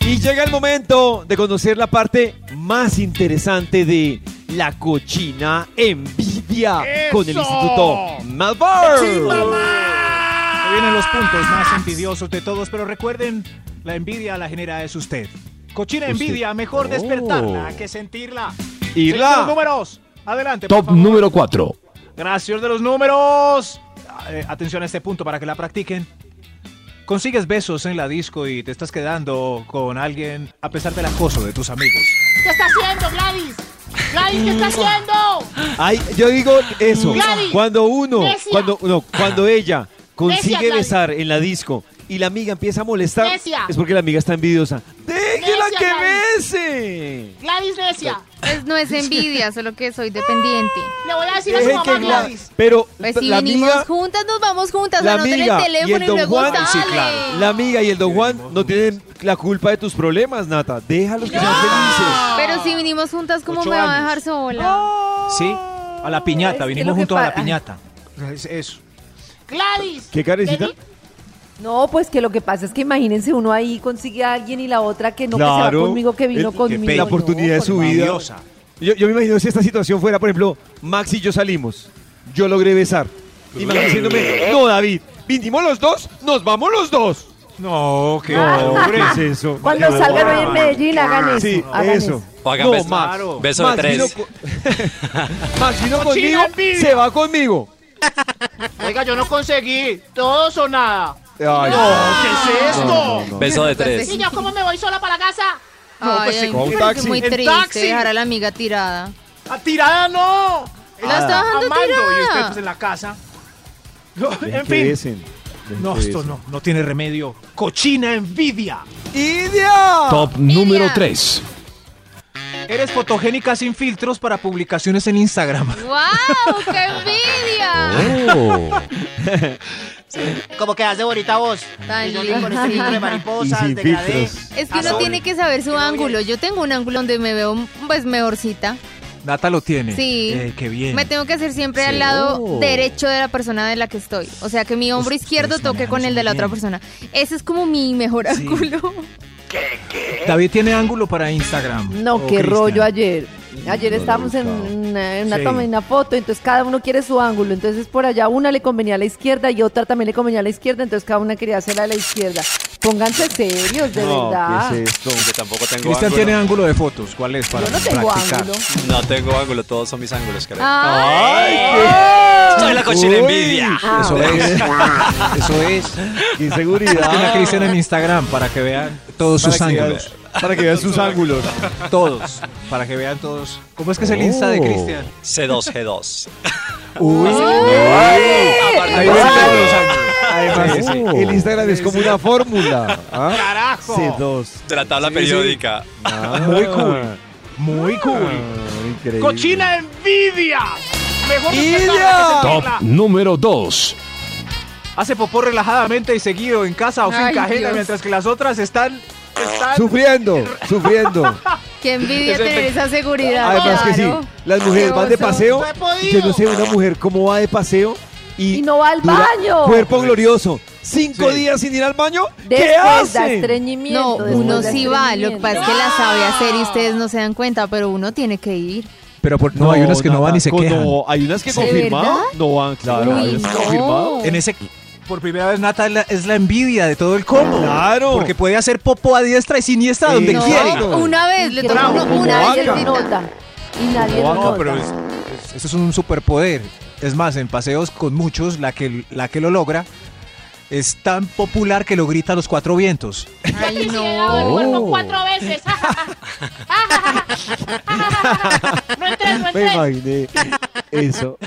S2: Y llega el momento de conocer la parte más interesante de la cochina envidia con el
S4: ¡Eso!
S2: Instituto Malvar.
S6: Ahí vienen los puntos más envidiosos de todos, pero recuerden, la envidia la genera es usted. Cochina
S2: Usted.
S6: envidia, mejor
S2: Oh.
S6: despertarla que sentirla.
S2: Y
S6: Señor de los
S2: la
S6: números, adelante. por
S9: Top
S6: favor.
S9: número 4.
S6: Gracias de los números. Eh, atención a este punto para que la practiquen. Consigues besos en la disco y te estás quedando con alguien a pesar del acoso de tus amigos.
S4: ¿Qué está haciendo, Gladys? Gladys, ¿qué está haciendo?
S2: Ay, yo digo eso.
S4: Gladys.
S2: Cuando uno,
S4: Necia.
S2: cuando no, cuando ella consigue
S4: Gladys.
S2: besar en la disco y la amiga empieza a molestar,
S4: Necia.
S2: es porque la amiga está envidiosa. ¡Déjela
S4: Necia,
S2: que
S4: Gladys.
S2: bese!
S4: Gladys necia.
S3: Pues no es envidia, solo que soy dependiente.
S4: Le voy a decir a su
S2: Deje
S4: mamá,
S2: que Gla-
S4: Gladys.
S2: Pero
S3: Pues si
S2: la
S3: vinimos
S2: amiga
S3: juntas, nos vamos juntas.
S2: la
S3: Anoten
S2: amiga
S3: el
S2: y el
S3: teléfono y,
S2: don
S3: luego
S2: Juan,
S3: sale.
S6: sí, claro.
S2: La amiga y el Don Juan no tienen la culpa de tus problemas, Nata. Déjalos que sean felices.
S3: Pero si vinimos juntas, ¿cómo
S6: Ocho
S3: me va a
S6: años.
S3: dejar sola?
S6: ¿Sí? A la piñata,
S8: Es que
S6: vinimos
S8: lo que
S6: juntos a la
S8: pa-
S6: piñata. Es eso.
S4: Gladys.
S2: ¿Qué carecita?
S4: Vení.
S8: No, pues que lo que pasa es que imagínense uno ahí consigue a alguien y la otra que no que se
S2: Claro.
S8: va conmigo que vino
S2: Eh, qué
S8: conmigo.
S2: pena. La
S8: No,
S2: oportunidad de
S8: por
S2: su
S8: favor.
S2: vida.
S6: Envidiosa.
S2: Yo, yo me imagino si esta situación fuera, por ejemplo, Max y yo salimos. Yo logré besar. Y Max diciéndome, no, David, vinimos los dos, nos vamos los dos.
S6: No, qué
S2: No, ¿qué es eso?
S8: Cuando
S2: No.
S8: salgan hoy en Medellín, hagan eso.
S2: Sí,
S8: hagan
S2: eso.
S7: O hagan beso-
S6: Claro.
S7: beso de
S2: vino
S7: tres.
S2: con- Max vino conmigo,
S4: Cochina envidia.
S2: se va conmigo.
S4: Oiga, yo no conseguí. Todos o nada.
S2: Ay,
S4: ¿Qué es esto?
S7: Beso de tres.
S4: ¿Y yo cómo me voy sola para la casa?
S3: Ay,
S6: pues,
S3: ay,
S6: con un
S3: pero
S2: taxi.
S3: muy
S2: En
S3: triste
S4: taxi.
S3: dejar a la amiga tirada.
S4: ¡A tirada no!
S3: La está dejando
S4: Amando, y usted
S3: tirada.
S4: pues, en la casa. No,
S2: Dejen
S4: en
S2: que
S4: fin.
S2: besen, dejen
S6: No,
S2: que
S6: esto
S2: besen.
S6: no, no tiene remedio. Cochina envidia.
S2: ¡Idia!
S9: Top número 3.
S6: Eres fotogénica sin filtros para publicaciones en Instagram.
S3: pues, ¡Wow! ¡Qué envidia!
S4: Como que hace bonita voz.
S3: Tan
S4: Y yo
S3: lindo.
S4: con este filtro de mariposas,
S2: Y sin
S4: degradé.
S2: filtros.
S3: Es que uno
S4: Azul.
S3: tiene que saber su ángulo. Yo tengo un ángulo donde me veo pues mejorcita.
S6: Nata lo tiene.
S3: Sí.
S6: Eh, qué bien.
S3: Me tengo que hacer siempre al lado derecho de la persona de la que estoy. O sea, que mi hombro
S6: Ustedes
S3: izquierdo toque
S6: manejan
S3: con
S6: eso
S3: el de la
S6: muy
S3: otra
S6: bien.
S3: persona. Ese es como mi mejor
S6: pues, Sí.
S3: ángulo.
S6: David tiene ángulo para Instagram.
S8: No,
S6: Oh,
S8: qué
S6: Cristian.
S8: rollo ayer. Ayer estábamos en
S2: claro.
S8: una, en una
S6: Sí.
S8: toma y una foto, entonces cada uno quiere su ángulo. Entonces por allá una le convenía a la izquierda y otra también le convenía a la izquierda, entonces cada una quería hacerla a la izquierda. Pónganse serios, de
S2: No,
S8: verdad.
S2: ¿qué es esto?
S7: Yo tampoco tengo
S6: Cristian
S7: ángulo.
S6: tiene ángulo de fotos. ¿Cuál es para
S8: Yo no tengo
S6: practicar?
S8: ángulo.
S7: No tengo ángulo, todos son mis ángulos, creo.
S3: Ay,
S7: Soy la cochina
S2: Uy.
S7: envidia.
S8: Ah,
S6: Eso es. Eso es.
S2: ¡Qué inseguridad!
S6: Tiene a Cristian en Instagram para que vean todos sus
S2: Para que vean-
S6: ángulos.
S2: Para que vean sus ángulos.
S6: Todos. Para que vean todos. ¿Cómo es que es el Insta de Cristian?
S7: C2G2.
S6: Uy. Ahí ven todos los ángulos.
S2: Además,
S6: Sí, sí.
S2: el Instagram es como una fórmula. ¿ah?
S4: ¡Carajo!
S2: C2.
S7: De la tabla periódica.
S2: Ah, muy cool.
S6: Muy cool. Ah,
S2: Increíble.
S4: ¡Cochina envidia! Mejor
S7: ¡Idiot!
S4: despertarla que
S9: Top
S4: sentirla.
S9: número 2.
S4: Hace popó relajadamente y seguido en casa o finca
S3: Ay,
S4: ajena,
S3: Dios.
S4: mientras que las otras están. están
S2: Sufriendo, sufriendo.
S3: Qué envidia tener esa seguridad.
S6: pues
S2: Además que sí,
S3: claro.
S2: las mujeres van de
S3: Qué oso.
S2: paseo.
S4: No he podido.
S2: Yo no sé, una mujer cómo va de paseo y,
S8: Y no va al
S2: dura-
S8: baño.
S2: Cuerpo glorioso. Cinco
S6: Sí.
S2: días sin ir al baño. ¿Qué
S8: Después da
S2: hace?
S8: estreñimiento.
S3: No, uno sí va, lo que pasa es que la sabe hacer y ustedes no se dan cuenta, pero uno tiene que ir.
S6: Pero por- no, hay unas que no van y se
S2: con-
S6: quejan.
S2: No, hay unas que
S3: ¿De
S2: confirmado
S3: verdad?
S2: no van, claro.
S3: Uy,
S2: hay unas que
S3: no.
S2: confirmado.
S6: En ese, por primera vez, Nata, es la, es la envidia de todo el combo.
S2: Claro.
S6: Porque puede hacer popo a diestra y siniestra donde
S2: No.
S6: quiere.
S2: Claro.
S3: Una vez, le toca
S8: Bravo,
S3: uno
S8: como
S3: una vez
S8: vaca.
S3: el tita.
S8: nota. Y nadie lo nota.
S6: es- eso es un superpoder. Es más, en paseos con muchos, la que, la que lo logra es tan popular que lo grita a los cuatro vientos.
S3: Ay,
S10: el
S3: no.
S10: cuerpo cuatro veces. no entres, no
S2: Me
S10: entres.
S2: imaginé eso.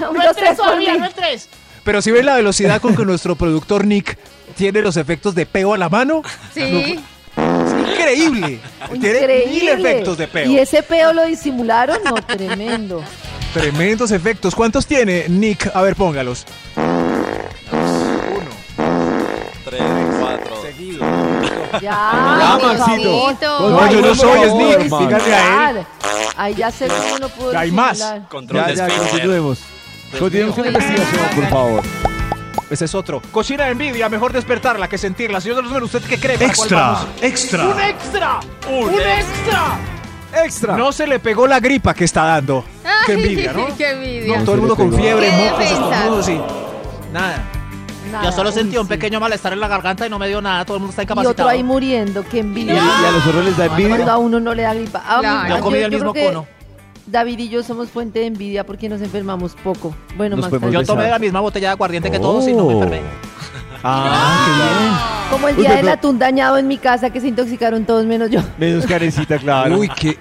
S10: No
S8: Uno se
S10: entres todavía, no
S8: pone-
S10: entres.
S6: Pero si ven la velocidad con que nuestro productor Nick tiene los efectos de peo a la mano,
S3: Sí.
S6: es increíble. Tiene mil
S8: Increíble.
S6: efectos de peo.
S8: Y ese peo lo disimularon, no, tremendo.
S6: Tremendos efectos. ¿Cuántos tiene Nick? A ver, póngalos.
S7: Tres, cuatro.
S8: Ya,
S2: Ya,
S8: por
S2: Maxito.
S8: favor.
S3: No,
S8: Ay,
S6: yo no
S8: por
S6: soy
S8: favor,
S6: Sneak,
S8: disimular.
S6: díganle a
S8: Ahí ya se ve uno pudo
S6: Hay más.
S8: disimular.
S7: Control
S2: Ya,
S7: de
S2: ya,
S7: esfínter.
S2: continuemos. Continuemos con la
S3: mío.
S2: investigación, por favor.
S6: Ese es otro.
S4: Cocina de envidia, mejor despertarla que sentirla. Señor de los números, ¿usted qué cree? ¿Para cuál
S5: Extra,
S4: vamos?
S5: extra,
S4: ¡Un extra! ¡Un, extra!
S2: Extra.
S6: No se le pegó la gripa que está dando. Qué envidia, ¿no?
S3: Qué envidia.
S6: Todo el mundo con fiebre,
S3: Qué
S6: mocos,
S3: defensa.
S6: estornudos y nada.
S8: Nada,
S4: Yo solo
S8: uy,
S4: sentí un
S8: sí.
S4: pequeño malestar en la garganta y no me dio nada. Todo el mundo está
S8: Y otro
S4: incapacitado.
S8: ahí muriendo, que
S2: Y, y
S8: envidia.
S2: a los otros les da
S8: Cuando
S2: envidia.
S8: a uno no le da gripa. Ah,
S3: Claro.
S8: mira,
S3: Yo
S4: comí del
S8: creo
S4: mismo
S8: que
S4: cono.
S8: David y yo somos fuente de envidia porque nos enfermamos poco. Bueno,
S2: Nos
S8: más
S2: podemos
S4: Yo
S8: tarde.
S4: tomé la misma botella de aguardiente que todos y no
S2: Oh.
S4: me enfermé.
S2: Ah,
S8: Como el
S2: Uy,
S8: día
S2: pero-
S8: del atún dañado en mi casa que se intoxicaron todos menos yo.
S2: qué bien. Menos carecita, claro.
S6: Uy, que.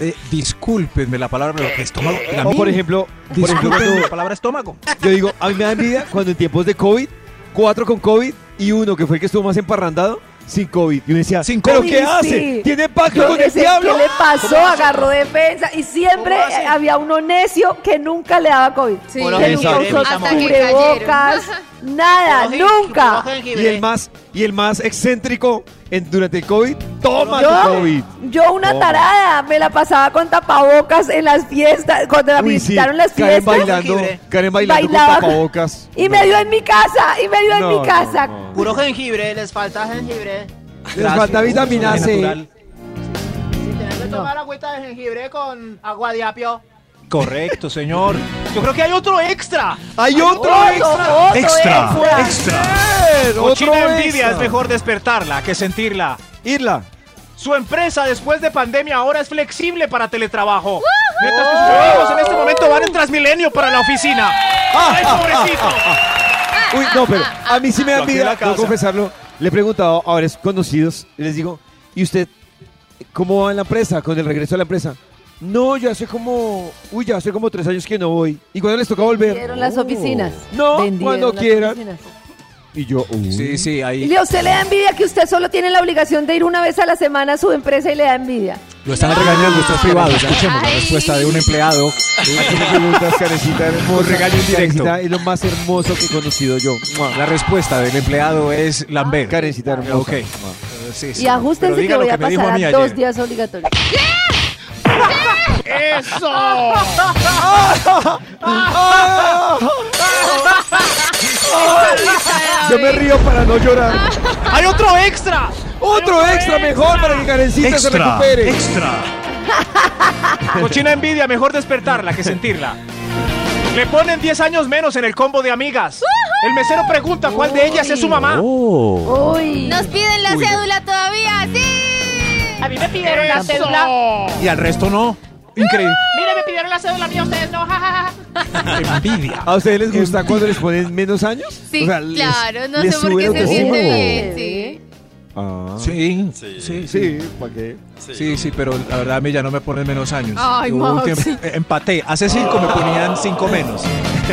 S6: eh, discúlpenme la palabra, pero que estómago. La
S2: o Ah, por
S6: mía.
S2: ejemplo, por ejemplo
S6: Discúlpenme
S2: cuando,
S6: la palabra estómago.
S2: yo digo, a mí me da envidia cuando en tiempos de COVID, cuatro con COVID y uno que fue el que estuvo más emparrandado, sin COVID. Y uno decía,
S6: Sin
S2: ¿pero
S6: COVID,
S2: qué
S8: sí.
S2: hace? ¿Tiene pacto
S8: Yo
S2: con
S8: no
S2: el
S8: sé ¿Qué
S2: diablo?
S8: le pasó? Agarró defensa. Y siempre
S4: ¿Cómo hace?
S8: eh, había uno necio que nunca le daba COVID.
S3: Sí.
S8: Que
S4: Puro
S8: nunca
S4: jengibre,
S8: usó
S4: mis amores.
S8: cubrebocas. Nada, nunca.
S2: Y el más, y el más excéntrico en- durante el COVID, toma tu COVID.
S8: Yo, yo una tarada, me la pasaba con tapabocas en las fiestas, cuando la
S2: Uy, sí,
S8: visitaron las
S2: Karen
S8: fiestas.
S2: bailando,
S4: jengibre.
S2: Karen bailando
S8: Bailaba.
S2: con tapabocas.
S8: Y me dio en mi casa, y me dio en
S2: No,
S8: mi
S2: no,
S8: casa.
S2: no.
S4: Puro jengibre, les falta jengibre.
S2: Les falta vitamina
S6: Soy
S2: C.
S6: natural.
S4: Si tenés que tomar agüita de jengibre con agua de apio. Correcto, señor. Yo creo que hay otro extra.
S2: Hay otro extra.
S8: Otro
S5: extra,
S8: extra.
S5: extra,
S2: Otro
S4: Cochina envidia
S2: extra.
S4: es mejor despertarla que sentirla.
S2: Irla.
S4: Su empresa después de pandemia ahora es flexible para teletrabajo. Mientras que sus amigos en este momento van en Transmilenio para la oficina.
S2: Ah,
S4: ¡Ay, pobrecito!
S2: Uy, no, pero a mí sí me da
S4: Lo hacía en
S2: envidia,
S4: la
S2: debo
S4: casa.
S2: confesarlo. Le he preguntado a varios conocidos, y les digo, ¿y usted cómo va en la empresa, con el regreso a la empresa? No, yo hace como, uy, ya hace como tres años que no voy. ¿Y cuándo les toca volver? Oh.
S8: Vendieron las oficinas.
S2: No,
S8: Vendieron
S2: cuando
S8: las
S2: quieran.
S8: oficinas.
S2: Y yo, uh. uy.
S6: Sí, sí,
S8: Y
S6: ahí.
S8: le- a usted le da envidia que usted solo tiene la obligación de ir una vez a la semana a su empresa y le da envidia.
S6: Lo están regañando, está privado. Escuchemos la
S3: Ay.
S6: respuesta de un empleado.
S2: Aquí me preguntas, Karencita, hermosa.
S6: regaño en directo.
S2: Karencita es lo más hermoso que he conocido yo. Mua.
S6: La respuesta del empleado es Lambert.
S2: Karencita hermosa.
S6: Ok.
S2: Mua.
S6: eh, Sí, sí.
S8: Y ajustense
S6: Pero
S8: que
S6: diga lo
S8: voy a
S6: me dijo
S8: pasar a,
S6: mí
S8: dos
S6: ayer.
S8: días obligatorios.
S4: ¡Eso!
S2: Yo me río para no llorar.
S3: Ah.
S4: ¡Hay otro extra!
S2: Otro extra mejor para que Karencita se
S5: extra,
S2: recupere.
S5: extra,
S4: Cochina envidia, mejor despertarla que sentirla. Le ponen 10 años menos en el combo de amigas. El mesero pregunta cuál de ellas es su mamá.
S8: Uy.
S3: Nos piden la cédula todavía, sí.
S10: A mí me pidieron la
S4: Eso.
S10: cédula.
S6: Y al resto no. Increíble.
S10: Mire, me pidieron la cédula mía, ustedes no. ja, ja, ja.
S6: Envidia.
S2: ¿A ustedes les gusta cuando les ponen menos años?
S3: Sí,
S2: O sea, les-
S3: claro, no
S2: les
S3: sé por
S2: sube
S3: qué
S2: el
S3: se siente
S2: autoestima.
S3: bien, sí.
S2: Ah.
S6: Sí,
S7: Sí.
S6: sí, sí, sí,
S2: Sí, ¿para qué?
S6: pero la verdad a mí ya no me ponen menos años.
S3: Ay,
S6: Hubo un
S3: Maxi.
S6: tiempo- eh, empaté. Hace cinco me ponían cinco menos.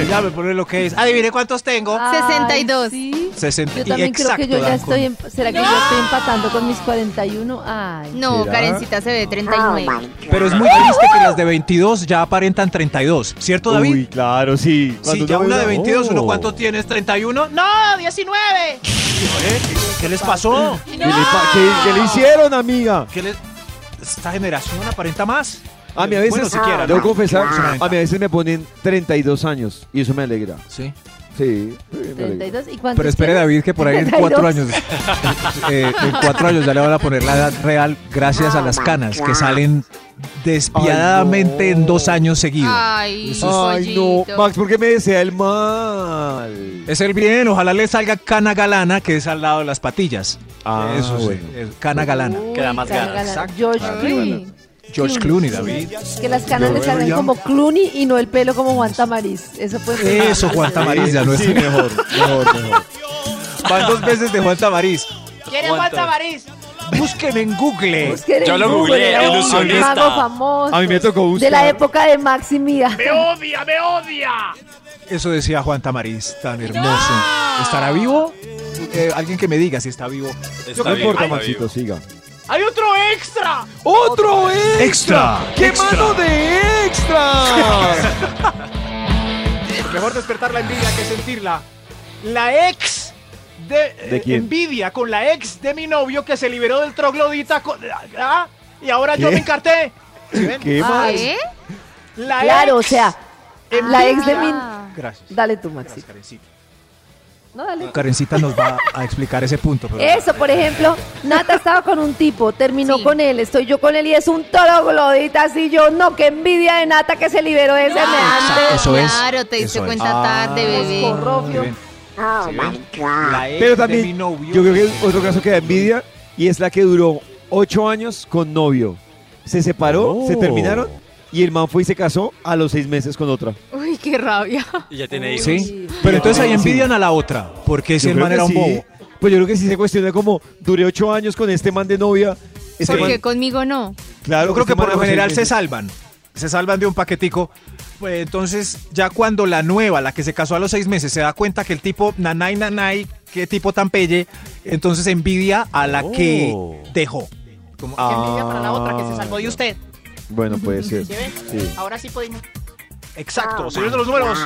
S6: ya me ponen lo que es. Adivine cuántos tengo.
S8: Ay,
S3: 62.
S8: sí.
S6: 60.
S11: Yo
S6: y
S11: también creo que
S6: exacto
S11: yo ya
S6: dan con-
S11: estoy. emp- ¿Será que yo estoy empatando con mis 41? Ay.
S3: No,
S2: Mira.
S3: Karencita se ve 39.
S11: Oh,
S6: Pero es muy triste que las de 22 ya aparentan 32. ¿Cierto, David?
S2: Uy, claro, sí.
S6: Si
S2: Cuando
S6: ya
S2: uno
S6: una
S2: ve
S6: de
S2: una-
S6: 22, ¿uno
S2: Oh.
S6: cuánto tienes? ¿31? No,
S10: ¡No! ¡19!
S6: ¿eh? ¿Qué les pasó?
S2: ¿Qué le, pa- qué- qué le hicieron, amiga?
S6: ¿Qué les... Esta generación aparenta más.
S2: A mí a veces,
S6: Bueno, siquiera,
S2: debo
S6: ¿no?
S2: confesar,
S6: Es una ventaja.
S2: a mí a veces me ponen 32 años y eso me alegra.
S6: Sí.
S2: Sí, sí, me alegra.
S11: 32. ¿Y cuántos
S6: Pero espere,
S11: tienes?
S6: David, que por ahí en cuatro años. eh, en cuatro años ya le van a poner la edad real gracias a las canas que salen despiadadamente
S2: Ay, no.
S6: en dos años seguidos.
S3: Ay,
S2: Ay, no.
S3: pollito.
S2: Max, ¿por qué me desea el mal?
S6: Es el bien, ojalá le salga cana galana, que es al lado de las patillas.
S2: Ah,
S6: Eso sí,
S2: bueno.
S6: es cana galana.
S8: Uh,
S11: Uy,
S7: Que da más
S11: cara,
S7: ganas.
S11: cara. George
S6: Ah,
S11: Clooney.
S6: George Clooney, David.
S11: Que las canas le salgan como Clooney y no el pelo como Juan Tamariz. Eso puede ser.
S6: Eso, Juan Tamariz, ya no es.
S2: Sí, mejor, mejor, mejor.
S6: Van dos veces de Juan Tamariz.
S10: ¿Quién es Juan
S6: Aguanta.
S10: Tamariz?
S6: Búsquenme en Google.
S11: Busquen en
S7: Yo lo
S11: Google,
S7: googleé,
S11: era un
S7: ilusionista.
S11: mago famoso.
S2: A mí me tocó
S11: De
S2: buscar.
S11: la época de Max y mía.
S10: ¡Me odia, me odia!
S6: Eso decía Juan Tamariz, tan hermoso. ¿Estará vivo? Eh, alguien que me diga si está vivo.
S7: Está
S2: No
S7: vivo,
S2: importa,
S7: está
S2: Maxito,
S7: vivo.
S2: siga.
S10: ¡Hay otro extra!
S2: ¡Otro
S5: Extra,
S2: ¡Qué
S5: extra.
S2: mano de extra!
S4: Mejor despertar la envidia que sentirla. La ex de,
S2: ¿De
S4: eh,
S2: quién?
S4: envidia con la ex de mi novio que se liberó del troglodita co- ah, y ahora yo
S2: ¿Qué?
S4: me encarté. ¿Sí ven?
S2: ¿Qué más?
S3: ¿Eh?
S4: La
S11: Claro, o
S4: ex
S11: sea, la ex de mi.
S3: Ah.
S6: Gracias.
S11: Dale tú, Maxi.
S6: Gracias, Karencita.
S11: No, dale.
S6: Karencita nos va a explicar ese punto. pero-
S11: Eso, por ejemplo, Nata estaba con un tipo, terminó
S3: Sí.
S11: con él, estoy yo con él y es un troglodita así yo, no, qué envidia de Nata que se liberó de ese
S8: Ah,
S6: Exacto,
S11: meante.
S6: eso es.
S3: Claro, te diste
S6: Eso es.
S3: cuenta tarde, bebé.
S11: Corrofio.
S6: ¿Sí ven? ¿Sí ven? La ex
S2: Pero
S6: de mi
S2: también,
S6: novio.
S2: yo creo que es otro caso que da envidia y es la que duró ocho años con novio. Se separó,
S6: Oh.
S2: se terminaron y el man fue y se casó a los seis meses con otra.
S3: Uy, qué rabia.
S7: Y ya tiene hijos.
S6: Sí, pero entonces ahí envidian a la otra, porque si
S2: Yo
S6: el
S2: creo
S6: man
S2: que
S6: era un
S2: sí.
S6: bobo.
S2: Pues yo creo que sí se cuestiona como duré ocho años con este man de novia. Este
S3: ¿Por
S2: man-
S3: qué conmigo no?
S2: claro,
S6: Yo creo
S2: este
S6: que por
S2: man
S6: lo
S2: a los
S6: general se
S2: seis meses-
S6: salvan. Se salvan de un paquetico. Pues entonces, ya cuando la nueva, la que se casó a los seis meses, se da cuenta que el tipo, nanay, nanay, qué tipo tan pelle, entonces envidia a la que dejó. Como,
S10: ¡Qué envidia para la otra que se salvó de
S2: Ah,
S10: usted!
S2: Bueno, puede ser.
S10: ¿Sí ven?
S2: Sí.
S10: Ahora sí podemos... Ah.
S4: Exacto, señor de los números.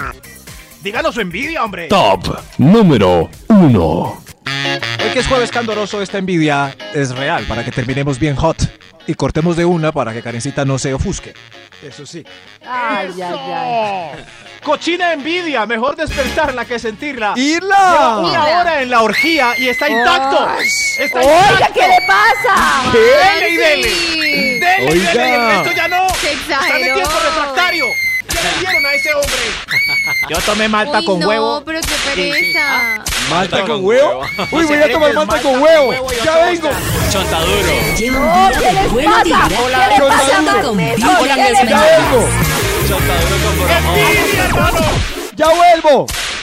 S4: Díganos su envidia, hombre.
S9: Top número 1.
S6: Hoy que es jueves candoroso, esta envidia es real, para que terminemos bien hot. Y cortemos de una para que Karencita no se ofusque. Eso sí.
S11: Ay, ay, ay.
S4: Cochina envidia, mejor despertarla que sentirla. Lleva
S2: ¡Irla!
S4: una hora en la orgía y está intacto. Está
S11: Oiga,
S4: intacto.
S11: ¿qué le pasa?
S4: Dele y dele. Dele y
S2: Oiga.
S4: dele, y el resto ya no.
S3: Se
S4: Están en tiempo
S3: exageró.
S4: refractario. ¿Qué le dieron a ese hombre?
S6: Yo tomé
S3: Uy, no, pero qué pereza.
S2: ¿Malta con huevo? ¡Uy, voy a tomar malta con huevo! ¡Ya vengo!
S7: Chontaduro.
S1: Lleva un día
S11: ¿qué
S1: de
S11: les
S1: buena
S11: pasa?
S1: vibra
S11: Hola, ¿qué les pasa?
S1: pasando con
S11: Hola,
S1: vibra
S11: ¿qué
S1: en las
S11: les
S2: ¡Ya
S1: mañanas.
S2: vengo!
S7: Chontaduro con borromón.
S2: ¡Ya vuelvo!